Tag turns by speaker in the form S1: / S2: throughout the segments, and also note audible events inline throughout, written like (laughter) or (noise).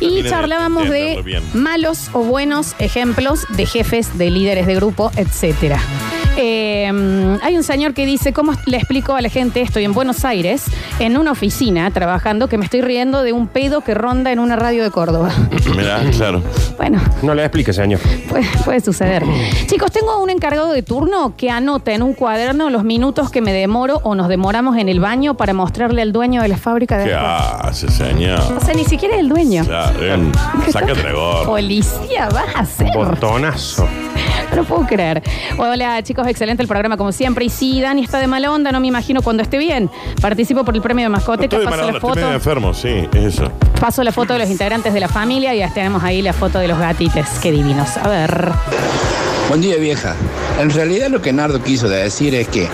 S1: Ayer
S2: tiene
S1: charlábamos
S2: que
S1: de
S2: entenderlo bien.
S1: malos o buenos ejemplos de jefes, de líderes de grupo, etc. hay un señor que dice, ¿cómo le explico a la gente? Estoy en Buenos Aires, en una oficina, trabajando, que me estoy riendo de un pedo que ronda en una radio de Córdoba. (laughs)
S2: Mirá, claro.
S1: Bueno,
S3: No le explique, señor.
S1: Puede, puede suceder. Chicos, tengo un encargado de turno que anota en un cuaderno los minutos que me demoro o nos demoramos en el baño para mostrarle al dueño de la fábrica de...
S2: ¿Qué hace, señor?
S1: (laughs) O sea, ni siquiera es el dueño.
S2: Claro, ven, Sácate de gorro.
S1: Policía, vas a ser.
S3: Botonazo.
S1: No lo puedo creer. Hola, chicos, excelente el programa como siempre. Y sí, Dani está de mala onda, no me imagino cuando esté bien. Participo por el premio de mascoteca,
S2: Estoy de
S1: paso
S2: mala onda,
S1: la
S2: estoy medio
S1: foto.
S2: enfermo, sí, es eso.
S1: Paso la foto de
S2: (laughs)
S1: los integrantes de la familia y ya tenemos ahí la foto de los gatites. Qué divinos. A ver.
S4: Buen día, vieja. En realidad lo que Nardo quiso decir es que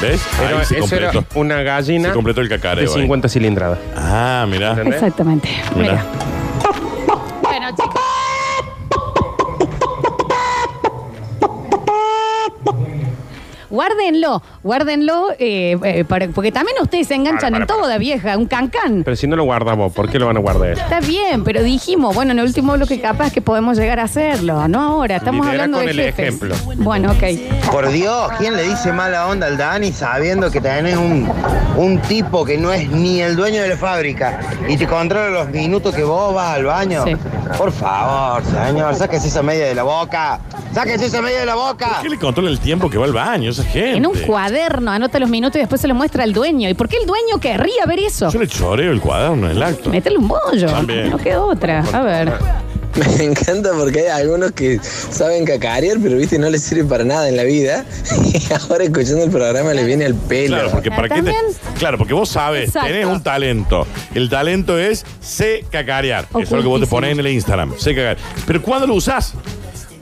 S2: ¿Ves? Ahí
S3: Pero
S2: se
S3: eso era
S2: completó.
S3: una gallina
S2: Se completó el
S3: de
S2: cacareo. ahí.
S3: 50 cilindradas.
S2: Ah, mirá.
S3: ¿Entendés?
S1: Exactamente.
S2: Mirá.
S1: Mira. Bueno, chicos. Guárdenlo, guárdenlo, eh, eh, para- porque también ustedes se enganchan
S3: Para, para,
S1: en todo
S3: para.
S1: de vieja, un cancán.
S3: Pero si no lo guardas vos, ¿por qué lo van a guardar ellos?
S1: Está bien, pero dijimos, bueno, en el último bloque capaz que podemos llegar a hacerlo, no ahora, estamos
S3: Lidera
S1: hablando
S3: con
S1: de
S3: el
S1: jefes.
S3: ejemplo.
S1: Bueno, ok.
S5: Por Dios, ¿quién le dice mala onda al Dani sabiendo que tenés un, un tipo que no es ni el dueño de la fábrica y te controla los minutos que vos vas al baño?
S1: Sí.
S5: Por favor, señor, sáquese esa media de la boca. Sáquese esa media de la boca.
S2: ¿Qué le controla el tiempo que va al baño esa gente?
S1: En un cuaderno, anota los minutos y después se lo muestra al dueño. ¿Y por qué el dueño querría ver eso?
S2: Yo le choreo el cuaderno en el acto.
S1: Métele un bollo.
S2: También.
S1: No queda otra. A ver.
S6: (laughs) Me encanta porque hay algunos que saben cacarear, pero viste, no les sirve para nada en la vida. (laughs) Y ahora escuchando el programa le viene al pelo.
S2: Claro, porque para qué te-
S1: También.
S2: Claro, porque vos sabes,
S1: Exacto.
S2: tenés un talento. El talento es sé cacarear. Eso es lo que vos te
S1: Ocultísimo.
S2: ponés en el Instagram. Sé cacarear. Pero ¿cuándo lo usás?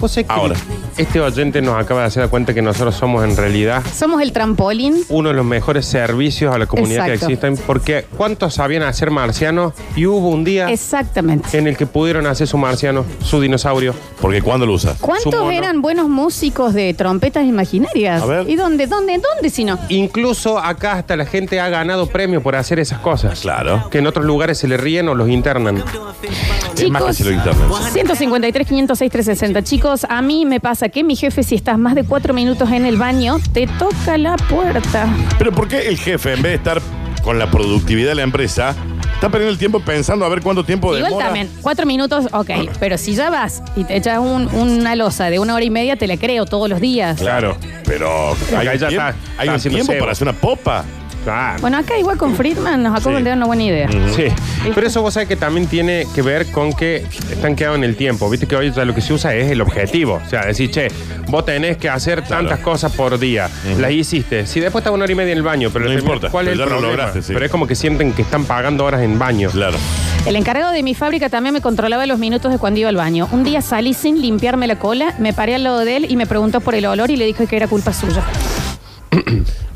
S3: Vos sabés que
S2: Ahora.
S3: este oyente nos acaba de hacer cuenta que nosotros somos en realidad
S1: Somos el trampolín.
S3: uno de los mejores servicios a la comunidad que
S1: Exacto.
S3: existen, porque ¿cuántos sabían hacer marcianos? Y hubo un día
S1: Exactamente.
S3: en el que pudieron hacer su marciano, su dinosaurio.
S2: Porque ¿cuándo lo usas?
S3: su
S1: ¿Cuántos
S3: mono.
S1: eran buenos músicos de trompetas imaginarias?
S2: A ver.
S1: ¿Y dónde, dónde, dónde si no?
S3: Incluso acá hasta la gente ha ganado premios por hacer esas cosas.
S2: Claro.
S3: Que en otros lugares se le ríen o los internan.
S2: Es más que
S1: Chicos,
S2: si lo internet.
S1: 153, 506, 360. Chicos, a mí me pasa que mi jefe, si estás más de cuatro minutos en el baño, te toca la puerta.
S2: Pero ¿por qué el jefe, en vez de estar con la productividad de la empresa, está perdiendo el tiempo pensando a ver cuánto tiempo demora?
S1: Igual también, cuatro minutos, ok. Pero si ya vas y te echas un- una losa de una hora y media, te la creo todos los días.
S2: Claro, pero hay
S3: Acá
S2: un
S3: ya
S2: tiempo,
S3: está-
S2: hay
S3: está
S2: un
S3: haciendo
S2: tiempo
S3: cebo.
S2: para hacer una popa.
S3: Claro.
S1: Bueno, acá igual con Friedman nos acaban
S2: Sí.
S1: de dar una buena idea.
S3: Sí, pero eso vos sabés que también tiene que ver con que están quedados en el tiempo. Viste que hoy ya lo que se usa es el objetivo. O sea, decir, che, vos tenés que hacer tantas cosas por día. Las hiciste. Si después estás una hora y media en el baño, pero
S2: No
S3: le terminás,
S2: importa,
S3: ¿cuál
S2: pero
S3: es
S2: ya
S3: el
S2: lo
S3: problema?
S2: lograste, sí.
S3: Pero es como que sienten que están pagando horas en baño.
S2: Claro.
S1: El encargado de mi fábrica también me controlaba los minutos de cuando iba al baño. Un día salí sin limpiarme la cola, me paré al lado de él y me preguntó por el olor y le dije que era culpa suya.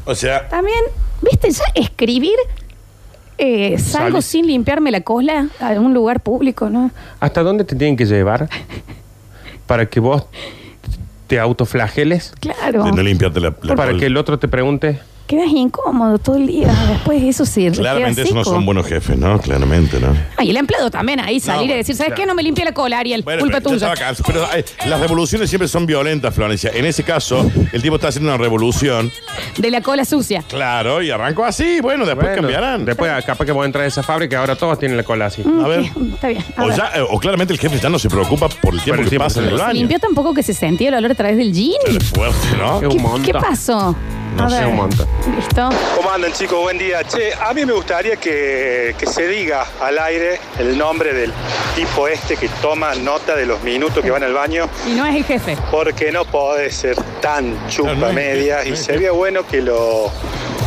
S2: O sea,
S1: También, ¿viste? Ya escribir eh, salgo
S3: Salí.
S1: sin limpiarme la cola a un lugar público, ¿no?
S3: ¿Hasta dónde te tienen que llevar para que vos te autoflageles?
S1: Claro.
S2: de no limpiarte la, la
S3: Para
S2: col-
S3: que el otro te pregunte.
S1: Quedas incómodo todo el día. Después eso sí. te
S2: Claramente
S1: queda
S2: esos no
S1: seco.
S2: son buenos jefes, ¿no? Claramente, ¿no?
S1: Ah, y el empleado también ahí salir y
S2: bueno,
S1: decir, ¿sabes
S3: claro.
S1: qué? No me limpié la cola, Ariel. culpa
S2: pero,
S1: tuya.
S2: ya estaba cansado. Pero, ay, las revoluciones siempre son violentas, Florencia. En ese caso, el tipo está haciendo una revolución,
S1: De la cola sucia.
S2: claro, y arrancó así. Bueno, después
S3: Bueno,
S2: cambiarán.
S3: Después, capaz que vos entras a esa fábrica ahora todos tienen la cola así.
S2: a ver.
S1: (laughs) Está bien. a
S2: O,
S1: ver.
S2: ya, eh, o claramente el jefe ya no se preocupa por el
S3: Por
S2: tiempo
S3: el
S2: que
S3: tiempo
S2: pasa
S3: que
S2: en el
S3: se
S1: Se
S2: baño.
S1: limpió tampoco que se sentía el olor a través del jean.
S2: Es fuerte, ¿no?
S3: Es un
S1: ¿Qué,
S3: montón.
S1: qué pasó?
S3: No
S1: A
S3: sé,
S1: ver.
S3: un montón.
S1: Listo.
S7: ¿Cómo andan chicos? Buen día. Che, a mí me gustaría que, que se diga al aire el nombre del tipo este que toma nota de los minutos que van al baño,
S1: Y no es el jefe.
S7: porque no puede ser tan
S2: No, no
S7: chupa
S2: es-
S7: media
S2: no
S7: y
S2: es-
S7: sería bueno que lo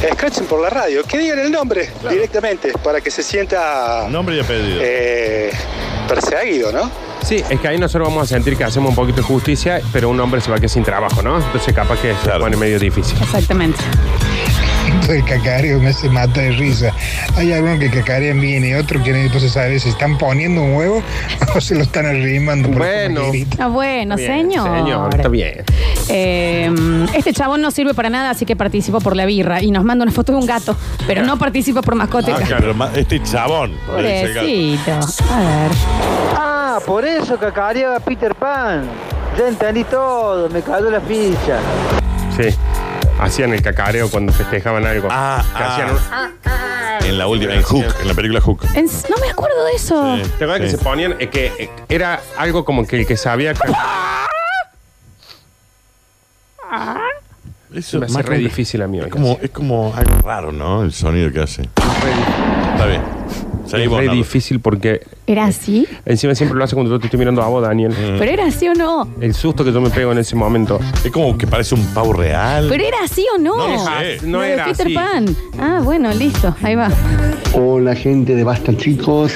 S7: escrachen por la radio, que digan el nombre directamente para que se sienta
S2: Nombre y apellido.
S7: eh, perseguido, ¿no?
S3: Sí, es que ahí nosotros vamos a sentir que hacemos un poquito de justicia, pero un hombre se va a quedar sin trabajo, ¿no? Entonces capaz que se
S2: Claro.
S3: pone medio difícil.
S1: Exactamente.
S8: El cacareo me hace matar de risa. Hay algunos que cacarean bien y otros quieren entonces saber si están poniendo un (laughs) huevo o se lo están arrimando. por
S3: Bueno.
S8: cómo grita.
S1: Ah, bueno,
S3: Bien,
S1: señor.
S3: Señor, está bien.
S1: Eh, este chabón no sirve para nada, así que participo por la birra. Y nos manda una foto de un gato, pero no participa por mascota.
S2: Ah, claro, ma- este chabón. dice el gato.
S1: Pobrecito. A ver.
S5: Ah, por eso cacareaba Peter Pan. Ya entendí todo, me cayó la ficha.
S3: Sí. Hacían el cacareo cuando festejaban algo.
S2: Ah,
S3: Que hacían
S2: ah.
S3: un-
S2: En la última, en Hook, en la película Hook.
S1: En- no me acuerdo de eso.
S2: Sí.
S3: ¿Te acuerdas que se ponían? eh, que eh, era algo como que el que sabía. ca-
S2: Eso
S3: Me hace
S2: más
S3: re
S2: compl-
S3: difícil a mí hoy.
S2: Es como, es como algo raro, ¿no? El sonido que hace. Está bien.
S3: Es
S2: Seguimos.
S3: re
S2: Nardo.
S3: difícil porque
S1: ¿Era así?
S3: encima siempre lo hace cuando yo te estoy mirando a vos, Daniel.
S2: Mm.
S1: ¿Pero era así o no?
S3: El susto que yo me pego en ese momento.
S2: Es como que parece un pavo real.
S1: ¿Pero era así o no?
S2: No lo sé.
S3: Ah,
S1: Lo
S3: No
S1: de
S3: era
S1: Peter
S3: así.
S1: Pan. Ah, bueno, listo. Ahí va.
S9: Hola gente de Basta chicos,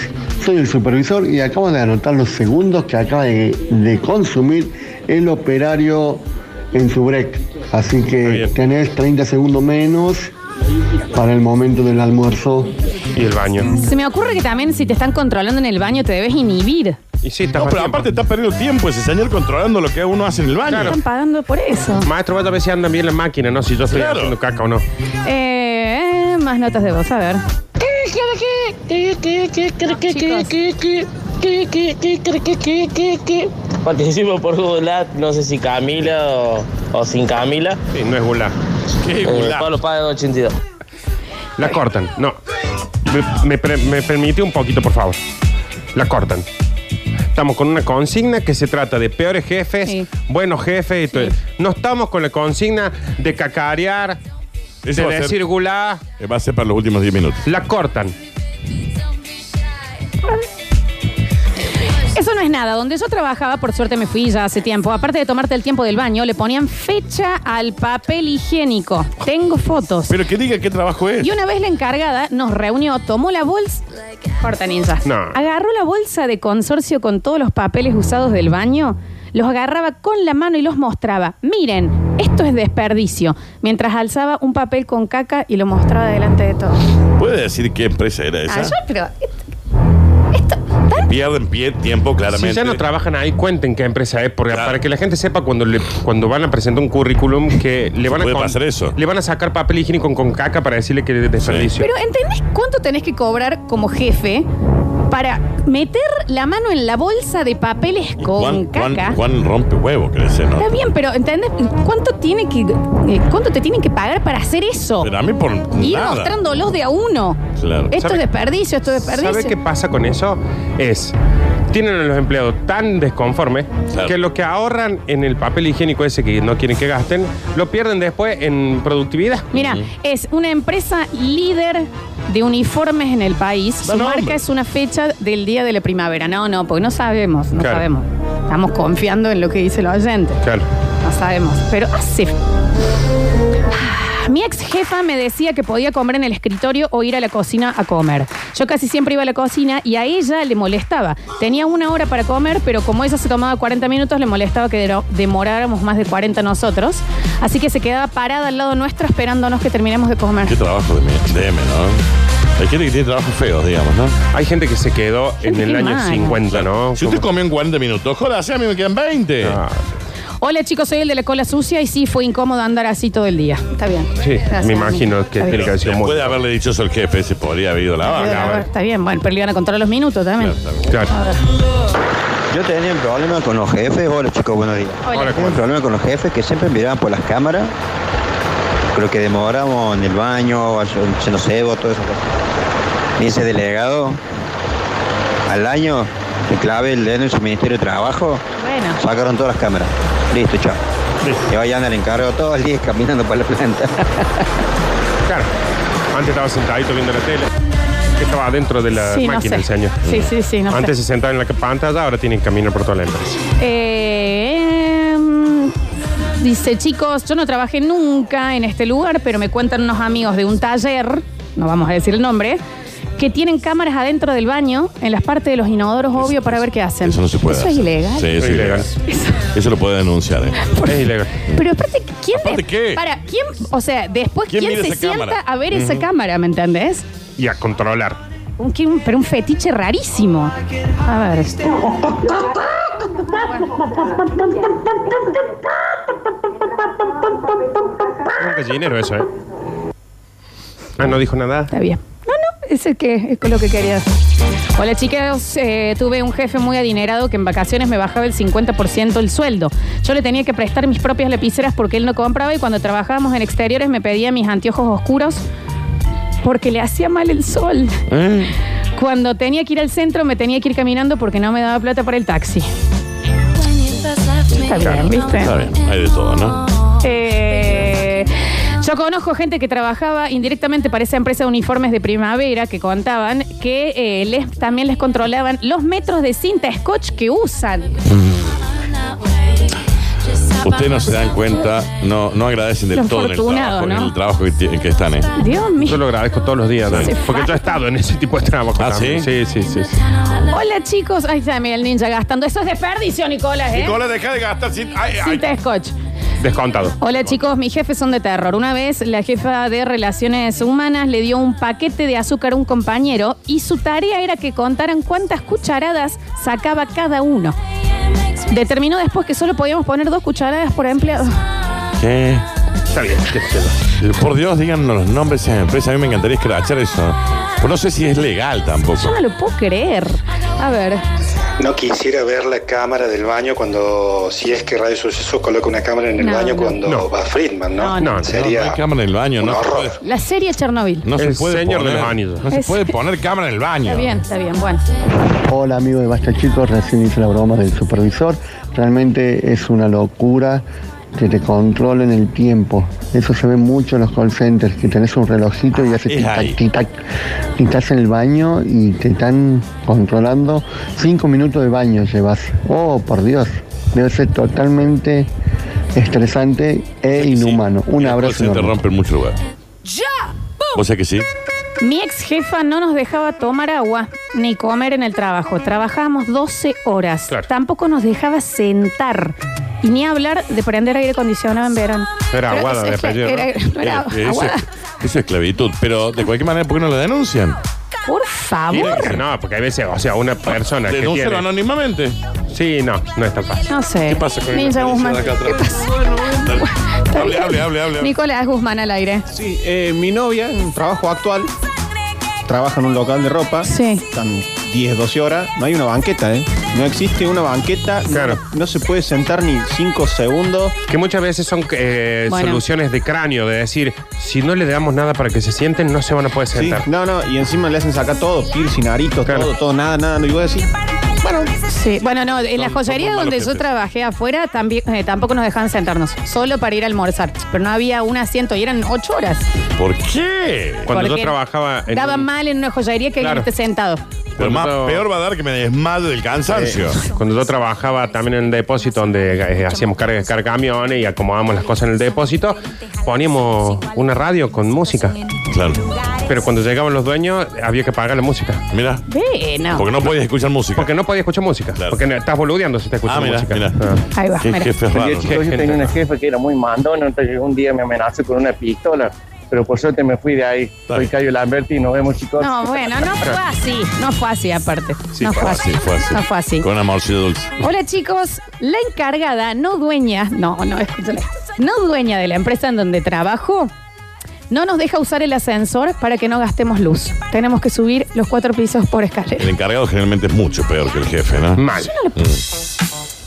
S9: soy el supervisor y acabo de anotar los segundos que acaba de, de consumir el operario en su break. Así que
S2: bien.
S9: tenés 30 segundos menos para el momento del almuerzo.
S3: Y el baño.
S1: Se me ocurre que también si te están controlando en el baño te debes inhibir.
S3: Y sí, estás
S2: No,
S3: más
S2: pero
S3: tiempo.
S2: aparte está perdiendo tiempo ese señor controlando lo que uno hace en el baño.
S1: Están pagando por eso.
S3: Maestro, vos a ver si andan bien las máquinas, ¿no? Si yo estoy
S2: Claro.
S3: haciendo caca o no.
S1: Eh, eh, más notas de voz, a ver.
S10: Participo por Google Ads, no sé si Camila o, o sin Camila.
S3: Sí, no es gula.
S2: Qué
S10: Eh,
S2: gulá.
S10: Pablo Páez 82.
S3: La cortan, no. Me, me pre- me permite un poquito, por favor. La cortan. Estamos con una consigna que se trata de peores jefes,
S1: Sí.
S3: buenos jefes. y todo.
S1: Sí.
S3: No estamos con la consigna de cacarear,
S2: Eso
S3: de
S2: va a ser-
S3: decir gulá.
S2: Eh, Va a ser para los últimos 10 minutos.
S3: La cortan.
S1: Eso no es nada. Donde yo trabajaba, por suerte me fui ya hace tiempo. Aparte de tomarte el tiempo del baño, le ponían fecha al papel higiénico. Tengo fotos.
S2: Pero que diga qué trabajo es.
S1: Y una vez la encargada nos reunió, tomó la bolsa. Corta ninjas.
S3: No.
S1: Agarró la bolsa de consorcio con todos los papeles usados del baño, los agarraba con la mano y los mostraba. Miren, esto es desperdicio. Mientras alzaba un papel con caca y lo mostraba delante de todos.
S2: ¿Puede decir qué empresa era
S1: Ah,
S2: esa?
S1: yo, pero. esto-
S2: Pierden pie, tiempo, claramente.
S3: Si ya no trabajan ahí, cuenten qué empresa es, porque
S2: Claro.
S3: para que la gente sepa cuando, le- cuando van a presentar un currículum que le van a
S2: Puede
S3: con-
S2: pasar eso.
S3: le van a sacar papel higiénico con caca para decirle que es desperdicio.
S1: Pero ¿entendés cuánto tenés que cobrar como jefe para meter la mano en la bolsa de papeles
S2: Y
S1: con
S2: Juan,
S1: caca?
S2: Juan- Juan rompe huevo, crece, ¿no?
S1: Está bien, pero ¿entendés cuánto tiene que eh, cuánto te tienen que pagar para hacer eso?
S2: Pero a mí por
S1: Ir
S2: nada.
S1: mostrándolos de a uno.
S2: Claro.
S1: Esto
S3: ¿Sabe-
S1: es desperdicio, esto es desperdicio.
S3: ¿Sabe qué pasa con eso? Es, tienen a los empleados tan desconformes
S2: Claro.
S3: que lo que ahorran en el papel higiénico ese que no quieren que gasten, lo pierden después en productividad.
S1: Mira, es una empresa líder de uniformes en el país. Su
S2: Dale
S1: marca
S2: nombre.
S1: es una fecha del día de la primavera. No, no, porque no sabemos, no
S3: Claro.
S1: sabemos. Estamos confiando en lo que dice el oyente.
S3: Claro.
S1: No sabemos. Pero hace. Mi ex jefa me decía que podía comer en el escritorio o ir a la cocina a comer. Yo casi siempre iba a la cocina y a ella le molestaba. Tenía una hora para comer, pero como ella se tomaba 40 minutos, le molestaba que dero- demoráramos más de 40 nosotros. Así que se quedaba parada al lado nuestro esperándonos que terminemos de comer.
S2: Qué trabajo de mi- de M, ¿no? Hay gente que tiene trabajos feos, digamos, ¿no?
S3: Hay gente que se quedó
S1: Gente
S3: en el
S1: que
S3: año
S1: mala.
S3: 50, ¿no?
S2: Si usted comió en 40 minutos, joder, sí, a mí me quedan 20.
S3: Ah,
S1: Hola chicos, soy el de la cola sucia y sí, fue incómodo andar así todo el día. Está bien.
S3: sí,
S1: Gracias,
S3: me
S1: amigo.
S3: imagino
S1: Está
S3: que
S1: bien.
S3: tiene que haber sido
S2: Después
S3: muy...
S2: de haberle dicho eso al jefe, se podría haber ido a la
S1: Está bien,
S2: vaca.
S1: Está bien, bueno, pero le iban a contar los minutos también.
S3: Claro.
S5: Yo tenía un problema con los jefes. Hola chicos, buenos días.
S1: Hola.
S3: Hola,
S5: Tenía un problema con los jefes que siempre miraban por las cámaras. Creo que demoramos en el baño, se nos cebo, todo eso. Me dice delegado, al año, que clave el dedo en su ministerio de trabajo,
S1: Bueno.
S5: sacaron todas las cámaras. Listo, chao. Y hoy anda el encargo todo el día caminando por la planta.
S3: Claro. Antes estaba sentadito viendo la tele. Estaba dentro de la
S1: Sí, no sé.
S3: máquina el señor.
S1: Sí, sí, sí, no sé.
S3: Antes se sentaba en la pantalla, ahora tienen que caminar por toda la empresa.
S1: Eh, em, dice, chicos, yo no trabajé nunca en este lugar, pero me cuentan unos amigos de un taller, no vamos a decir el nombre, que tienen cámaras adentro del baño, en las partes de los inodoros, obvio, para ver qué hacen.
S2: Eso no se puede.
S1: Eso es
S2: hacer.
S1: ilegal.
S2: Sí, eso es
S3: Es
S2: ilegal.
S3: ilegal.
S2: Eso lo puede denunciar, ¿eh?
S3: Es ilegal.
S1: Pero aparte, ¿quién, de-
S2: ¿Aparte qué?
S1: Para, ¿quién, o sea, después
S2: ¿Quién
S1: quién,
S2: mira
S1: se
S2: esa
S1: sienta
S2: cámara?
S1: a ver esa cámara, ¿me entendés?
S3: Y a controlar.
S1: Un, que un- pero un fetiche rarísimo. A ver.
S3: Es un gallinero eso, ¿eh? Ah, no dijo nada.
S1: Está bien. No, no, ese que es lo que quería. hacer. Hola chicos, Eh, tuve un jefe muy adinerado que en vacaciones me bajaba el 50% el sueldo. Yo le tenía que prestar mis propias lapiceras porque él no compraba y cuando trabajábamos en exteriores me pedía mis anteojos oscuros porque le hacía mal el sol. Cuando tenía que ir al centro me tenía que ir caminando porque no me daba plata para el taxi. Está bien, ¿viste?
S2: Está bien, hay de todo, ¿no?
S1: Eh, yo conozco gente que trabajaba indirectamente para esa empresa de uniformes de primavera que contaban que eh, les, también les controlaban los metros de cinta scotch que usan.
S2: Ustedes no se dan cuenta, no, no agradecen del
S1: Los
S2: todo en el
S1: afortunados,
S2: trabajo,
S1: ¿no?
S2: en el trabajo que, ti- en que están, ¿eh?
S1: Dios mío.
S3: Yo lo agradezco todos los días, Dani,
S1: Sí.
S3: Porque yo he estado en ese tipo de trabajo.
S2: ¿Ah,
S3: también.
S2: sí?
S3: Sí, sí, sí. sí.
S1: Hola chicos. Ahí está mira, el ninja gastando. Eso es desperdicio, Nicolás, ¿eh?
S2: Nicolás, deja de gastar. sin- ay, ay.
S1: Cinta scotch.
S3: Descontado.
S1: Hola chicos, mis jefes son de terror. Una vez la jefa de relaciones humanas le dio un paquete de azúcar a un compañero y su tarea era que contaran cuántas cucharadas sacaba cada uno. Determinó después que solo podíamos poner dos cucharadas por empleado.
S2: ¿Qué?
S3: Está bien. qué sé yo.
S2: Eh, Por Dios, díganos los nombres de esas empresas. A mí me encantaría escrachar eso. Pero no sé si es legal
S1: Yo
S2: tampoco.
S1: no lo puedo creer. A ver,
S7: No quisiera ver la cámara del baño cuando, si es que Radio Suceso coloca una cámara en el
S1: No,
S7: baño
S1: no.
S7: cuando
S3: No.
S7: va Friedman, ¿no?
S1: No, no.
S3: No, no,
S7: Sería
S2: No, no hay cámara en el baño,
S7: un
S2: no. se
S7: horror.
S2: puede-
S1: la serie Chernobyl.
S2: No se
S3: El
S2: puede
S3: señor de
S2: poner,
S3: los anillos.
S2: No se
S1: Es-
S2: puede poner cámara en el baño.
S1: Está bien, está bien, bueno.
S9: Hola amigo de Basta Chicos, recién hice la broma del supervisor. Realmente es una locura que te controlen el tiempo. Eso se ve mucho en los call centers, que tenés un relojito y haces
S2: Ah, es ahí.
S9: tic-tac, tic-tac. Y estás en el baño y te están controlando. Cinco minutos de baño llevas. Oh, por Dios. Debe ser totalmente estresante e inhumano.
S2: Y
S9: Un
S2: los
S9: abrazo.
S2: call center
S9: enorme.
S2: rompen mucho lugar. O sea
S1: (laughs)
S2: que sí. Eh,
S1: Mi ex jefa no nos dejaba tomar agua ni comer en el trabajo. Trabajábamos 12 horas.
S3: Claro.
S1: Tampoco nos dejaba sentar. Y ni hablar de prender aire acondicionado en verano. Pero
S3: Era
S1: es-
S3: aguada de
S1: es que
S3: apellido, ¿no?
S1: era- no era
S2: Eh, eso,
S1: aguada.
S2: es, eso es esclavitud. Pero de cualquier manera, ¿por qué no la denuncian?
S1: Por
S3: Y
S1: favor.
S3: dice, No, porque hay veces, o sea, una persona que
S2: Denúncialo
S3: tiene...
S2: anónimamente.
S3: Sí, no, no es tan fácil.
S1: No sé.
S2: ¿Qué pasa con el
S1: Ninja Guzmán?
S2: acá atrás?
S1: ¿Qué pasa?
S2: Dale.
S1: Está
S2: Hable,
S1: bien.
S2: hable, hable, hable.
S1: Nicolás Guzmán al aire.
S11: Sí, eh, mi novia en trabajo actual trabaja en un local de ropa.
S1: Sí.
S11: Están 10, 12 horas. No hay una banqueta, ¿eh? No existe una banqueta. no-
S3: Claro.
S11: No, se puede sentar ni 5 segundos.
S3: Que muchas veces son eh,
S1: Bueno.
S3: soluciones de cráneo, de decir, si no le damos nada para que se sienten, no se van a poder
S11: ¿sí?
S3: sentar.
S11: No, no, y encima le hacen sacar todo, piercing, aritos,
S3: Claro.
S11: todo, todo, nada, nada. Y voy a decir, bueno,
S1: Sí. Bueno, no, en la
S2: Son- son muy
S1: joyería
S2: malos
S1: donde yo
S2: jefes.
S1: trabajé afuera también, eh, tampoco nos dejaban sentarnos, solo para ir a almorzar. Pero no había un asiento y eran ocho horas.
S2: ¿Por qué?
S3: Cuando
S1: Porque
S3: yo trabajaba en
S1: Daba
S3: un-
S1: mal en una joyería que
S3: Claro.
S1: alguien esté sentado.
S2: Pero más
S3: Cuando-
S2: peor va a dar que me desmadre del cansancio.
S3: Cuando yo trabajaba también en el depósito, donde eh, hacíamos carga, carga camiones y acomodábamos las cosas en el depósito, poníamos una radio con música.
S2: Claro.
S3: Pero cuando llegaban los dueños, había que pagar la música.
S2: Mira,
S1: Ve, no.
S2: porque no podías escuchar música.
S3: Porque no podía escuchar música.
S2: Claro.
S3: Porque no- estás boludeando si te escuchas
S2: Ah, mira,
S3: música.
S2: mira.
S3: Ah.
S1: Ahí va,
S2: Qué
S1: mira.
S2: jefes
S10: Buen día,
S2: raros.
S10: chicos.
S3: Qué
S10: Yo
S3: gente
S10: tenía una
S3: rara.
S10: jefa que era muy mandona, entonces un día me amenazó con una pistola. Pero por suerte me fui de ahí. Soy
S2: bien.
S10: Cayo Lamberti y nos vemos, chicos.
S1: No, bueno, no fue así. No fue así, aparte.
S2: Ah, Sí,
S1: no
S2: fue así, fue así.
S1: No fue así.
S2: Con amorcito dulce.
S1: Hola, chicos. La encargada, no dueña, no, no, escúchale. No dueña de la empresa en donde trabajo, no nos deja usar el ascensor para que no gastemos luz. Tenemos que subir los cuatro pisos por escalera.
S2: El encargado generalmente es mucho peor que el jefe, ¿no?
S3: Mal.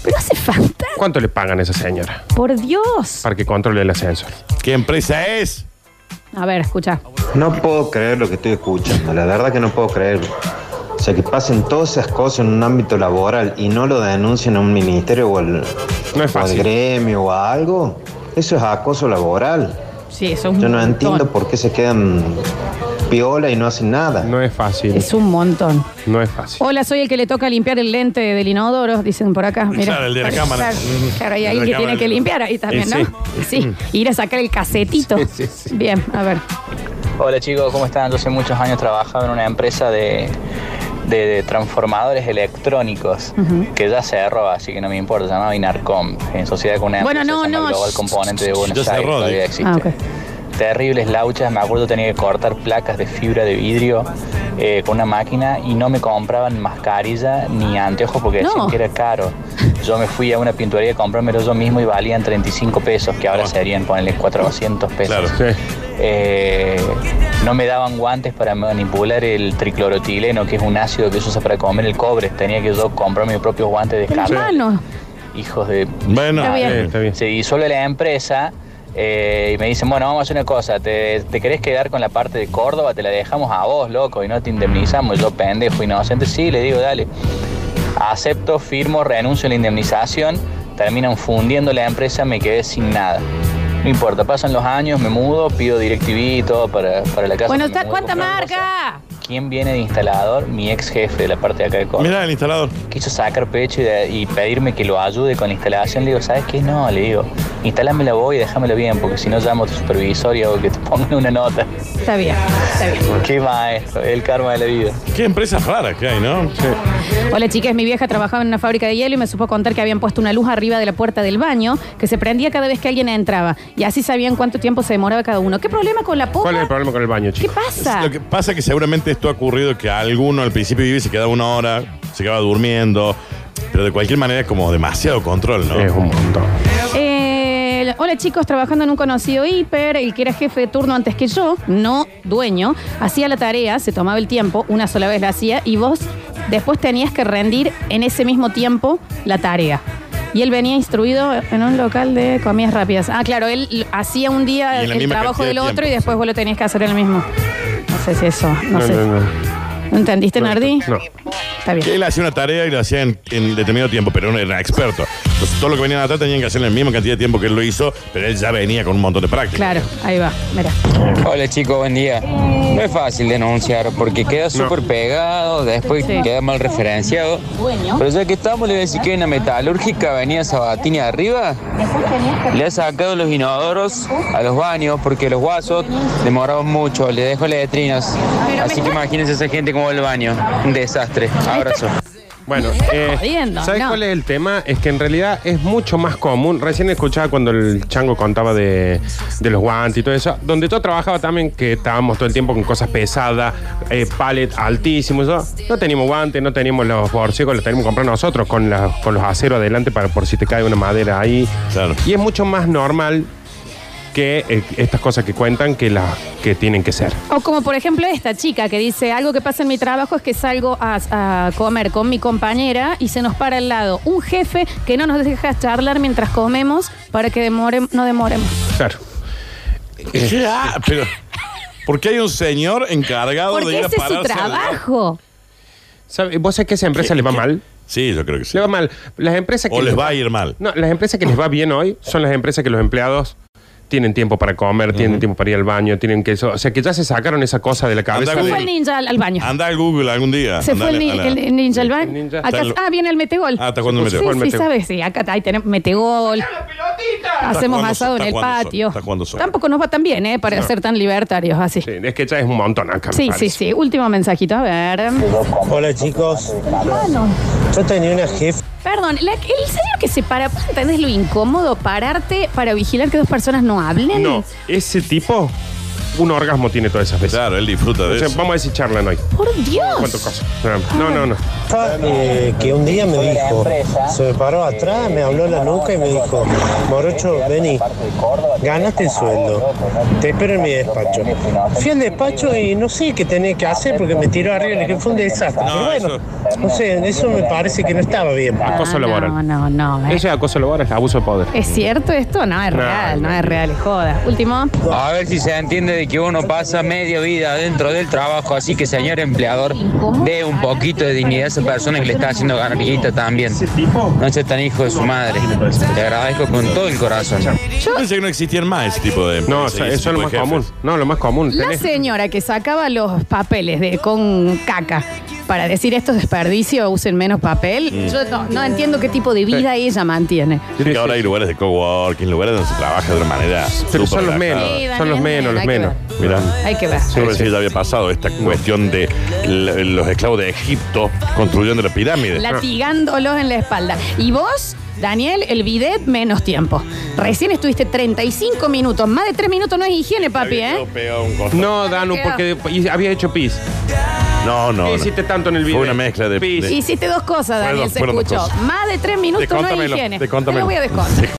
S1: Pero hace falta.
S3: ¿Cuánto le pagan a esa señora
S1: Por
S2: Ah.
S1: Dios.
S3: para que controle el ascensor?
S2: ¿Qué empresa es?
S1: A ver, escucha.
S5: (laughs) No puedo creer lo que estoy escuchando, la verdad que no puedo creerlo. O sea, que pasen todas esas cosas en un ámbito laboral y no lo denuncien a un ministerio o
S3: No
S5: al,
S3: es
S12: Ah,
S5: o al
S3: fácil.
S5: gremio o a algo. Eso es acoso laboral.
S1: Sí, eso es un
S5: Yo no
S12: Mm.
S1: montón.
S5: entiendo por qué se quedan piola y no hacen nada.
S3: No es fácil.
S1: Es un montón.
S3: No es fácil.
S1: Hola, soy el que le toca limpiar el lente del inodoro, dicen por acá. Mira,
S2: Claro, el de la
S1: Claro,
S2: cámara.
S1: Claro, hay
S2: El de
S1: alguien
S2: la
S1: que
S2: cámara.
S1: tiene que limpiar ahí también,
S3: Y
S1: ¿no? Sí. Ir a sacar el casetito.
S3: Sí, sí, sí.
S1: Bien, a ver.
S10: Hola chicos, ¿cómo están? Yo hace muchos años trabajaba en una empresa de, de- de transformadores electrónicos que ya cerró, así que no me importa, se llamaba Inarcom, en sociedad con una
S1: Bueno,
S10: empresa
S1: no,
S10: que se llama
S1: no,
S10: Global
S1: sh-
S10: Componente de Buenos
S2: ya
S10: Aires,
S2: cerró,
S10: todavía
S2: digo.
S10: existe.
S1: Ah, ok.
S10: Terribles lauchas, me acuerdo tenía que cortar placas de fibra de vidrio eh, con una máquina y no me compraban mascarilla ni anteojos porque
S1: No.
S10: decían que era caro. Yo me fui a una pinturería a comprármelo yo mismo y valían 35 pesos, que ahora serían, ponerle 400 pesos. Eh, no me daban guantes para manipular el triclorotileno, que es un ácido que se usa para comer el cobre. Tenía que yo comprar mis propios guantes de
S1: Pero
S10: carne.
S1: hermano,
S10: Hijos de...
S2: Bueno,
S1: Está bien.
S10: Ah,
S1: eh,
S10: Se disuelve la empresa eh, y me dicen, bueno, vamos a hacer una cosa, ¿Te, te querés quedar con la parte de Córdoba? Te la dejamos a vos, loco, y no te indemnizamos. Yo, pendejo, inocente, sí, le digo, dale. Acepto, firmo, renuncio a la indemnización, terminan fundiendo la empresa, me quedé sin nada. No importa, pasan los años, me mudo, pido DirecTV y todo para, para la casa.
S1: bueno,
S10: que me
S1: está-
S10: mude
S1: ¿cuánta
S10: con Fran.
S1: marca?
S10: ¿Quién viene de instalador? Mi ex jefe de la parte de acá de Córdoba.
S2: Mirá, el instalador.
S10: Quiso sacar pecho y, de- y pedirme que lo ayude con la instalación. Le digo, ¿sabes qué? No, le digo, instálamela vos y déjamelo bien, porque si no llamo a tu supervisor y hago que te pongan una nota.
S1: Está bien, está bien.
S10: qué maestro, el karma de la vida.
S2: Qué empresas raras que hay, ¿no?
S1: Hola chicas, mi vieja trabajaba en una fábrica de hielo y me supo contar que habían puesto una luz arriba de la puerta del baño que se prendía cada vez que alguien entraba y así sabían cuánto tiempo se demoraba cada uno. ¿Qué problema con la popa?
S3: ¿Cuál es el problema con el baño,
S1: ¿Qué
S3: chicos?
S1: pasa?
S2: Lo que pasa es que seguramente esto ha ocurrido que alguno al principio vive y se quedaba una hora, se quedaba durmiendo, pero de cualquier manera es como demasiado control, ¿no?
S3: Es un montón.
S1: Eh, hola chicos, trabajando en un conocido hiper, el que era jefe de turno antes que yo, no dueño, hacía la tarea, se tomaba el tiempo, una sola vez la hacía y vos después tenías que rendir en ese mismo tiempo la tarea. Y él venía instruido en un local de comidas rápidas. Ah, claro, él l- hacía un día
S2: Y en la
S1: el
S2: misma
S1: trabajo
S2: cantidad de
S1: del otro
S2: tiempo,
S1: y después vos lo tenías que hacer el mismo. No sé si eso, no, sé.
S3: no, no.
S1: ¿No ¿Entendiste,
S3: No,
S1: Nardi?
S3: no.
S1: Está bien.
S2: Que él hacía una tarea y lo hacía en, en determinado tiempo, pero no era experto. Entonces, todo lo que venían atrás tenían que hacer en la misma cantidad de tiempo que él lo hizo, pero él ya venía con un montón de práctica.
S1: Claro, ahí va, mira.
S13: Hola chicos, buen día. No es fácil denunciar porque queda súper pegado, después
S1: Sí.
S13: queda mal referenciado.
S1: Dueño.
S13: Pero ya que estamos, le voy a decir que hay una metalúrgica Avenida Sabatini arriba. Le ha sacado los inodoros a los baños porque los guasos demoraban mucho, le dejo letrinas. Así que imagínense esa gente como el baño. Un desastre. Abrazo.
S3: Bueno, eh,
S1: jodiendo,
S3: ¿sabes
S1: no.
S3: cuál es el tema? Es que en realidad es mucho más común. Recién escuchaba cuando el chango contaba de, de los guantes y todo eso. Donde yo trabajaba también, que estábamos todo el tiempo con cosas pesadas, eh, palet altísimos. No, No teníamos guantes, no teníamos los borcegos, los tenemos que comprar nosotros con, la- con los aceros adelante para por si te cae una madera ahí.
S2: Claro.
S3: Y es mucho más normal que eh, estas cosas que cuentan que las que tienen que ser.
S1: O como por ejemplo esta chica que dice, algo que pasa en mi trabajo es que salgo a, a comer con mi compañera y se nos para al lado un jefe que no nos deja charlar mientras comemos para que demore- no demoremos.
S3: Claro.
S2: ¿Qué? (laughs) Ah, pero, ¿Por qué hay un señor encargado de
S1: Porque
S2: ir a
S1: ese es su
S2: pararse al-
S1: trabajo.
S3: ¿Sabe- ¿Vos sabés que a esa empresa les va mal?
S2: Sí, yo creo que sí.
S3: Le va mal. Las empresas que
S2: O les va a ir mal.
S3: No, las empresas que les va bien hoy son las empresas que los empleados tienen tiempo para comer, tienen tiempo para ir al baño, tienen que eso. O sea que ya se sacaron esa cosa de la cabeza.
S2: Anda,
S1: Se
S3: de-
S1: fue el ninja al, al baño.
S2: Anda a Google algún día.
S1: Se fue el,
S2: Ah, Andale,
S1: ni-
S2: andale.
S1: el- el ninja al baño.
S3: Ninja.
S1: Acá-
S2: Está el-
S1: ah, viene el metegol.
S2: Ah, está jugando el
S1: Sí,
S2: metegol.
S1: Sí,
S3: Metegol.
S1: sabes, sí. Acá ahí tenemos metegol.
S2: Está
S1: Hacemos
S2: jugando
S1: asado
S2: sol,
S1: en
S2: está
S1: el
S2: jugando sol,
S1: patio.
S2: está jugando sol.
S1: Tampoco nos va tan bien, ¿eh? Para ser tan libertarios así.
S3: Sí, es que ya es un montón acá. me
S1: Sí, sí,
S3: parece.
S1: sí. Último mensajito, a ver.
S12: Hola chicos,
S1: Bueno.
S12: yo tenía una jefa.
S1: Perdón, la- el señor que se para, ¿vos entendés lo incómodo pararte para vigilar que dos personas no hablen?
S3: No, ese tipo, un orgasmo tiene todas esas veces.
S2: Claro, él disfruta de
S3: O sea,
S2: eso.
S3: vamos a decir charlan hoy.
S1: Por Dios.
S3: ¿Cuánto cosa? No, no, no.
S12: eh, que un día me dijo, se me paró atrás, me habló en la nuca y me dijo, Morocho, vení, ganaste el sueldo, te espero en mi despacho. Fui al despacho y no sé qué tenía que hacer porque me tiró arriba y que fue un desastre.
S2: No,
S12: Pero bueno, no sé, eso me parece que no estaba bien.
S3: Acoso laboral.
S1: Ah, No, no, no. eh.
S3: Eso es acoso laboral, es abuso de poder.
S1: ¿Es cierto esto? No, es
S3: No,
S1: real, no,
S3: no.
S1: es real, es joda. Último.
S13: A ver si se entiende de que uno pasa media vida dentro del trabajo, así que señor empleador, dé un poquito de dignidad a esa persona que le está haciendo ganar guita también. No sea tan hijo de su madre. Le agradezco con todo el corazón.
S2: Yo pensé que no existían más ese tipo de
S3: No, o
S2: empresas y
S3: sea,
S2: ese
S3: eso es lo
S2: tipo
S3: más
S2: de
S3: común.
S2: jefes.
S3: No, lo más común.
S1: La
S3: Tenés-
S1: señora que sacaba los papeles de, con caca para decir esto es desperdicio, usen menos papel. Yo no, no entiendo qué tipo de vida ella mantiene.
S2: Creo que ahora hay lugares de coworking, lugares donde se trabaja de una manera.
S3: Pero
S2: súper
S3: son los menos,
S2: relajada.
S1: Sí, Daniel,
S3: son los menos, los
S1: hay que
S3: menos.
S2: Mirá.
S1: Hay que ver.
S2: Yo pensé
S3: sí.
S2: que ya había pasado esta cuestión de l- los esclavos de Egipto construyendo la pirámide.
S3: Ah.
S1: Latigándolos en la espalda. Y vos, Daniel, el bidet menos tiempo. Recién estuviste 35 minutos. Más de 3 minutos no es higiene, papi,
S2: Había
S1: ¿eh?
S2: quedado pegado a un costado.
S3: No, Danu, porque y había hecho pis.
S2: No, no.
S3: ¿Qué
S2: no.
S3: hiciste tanto en el video?
S2: Fue una mezcla de. de-
S1: Hiciste dos cosas,
S2: Fueron-
S1: Daniel, se
S2: fueron dos
S1: escuchó.
S2: cosas.
S1: Más de tres minutos no hay
S2: Descóntamelo,
S1: higiene. Te
S2: descóntamelo.
S1: lo voy a descontar.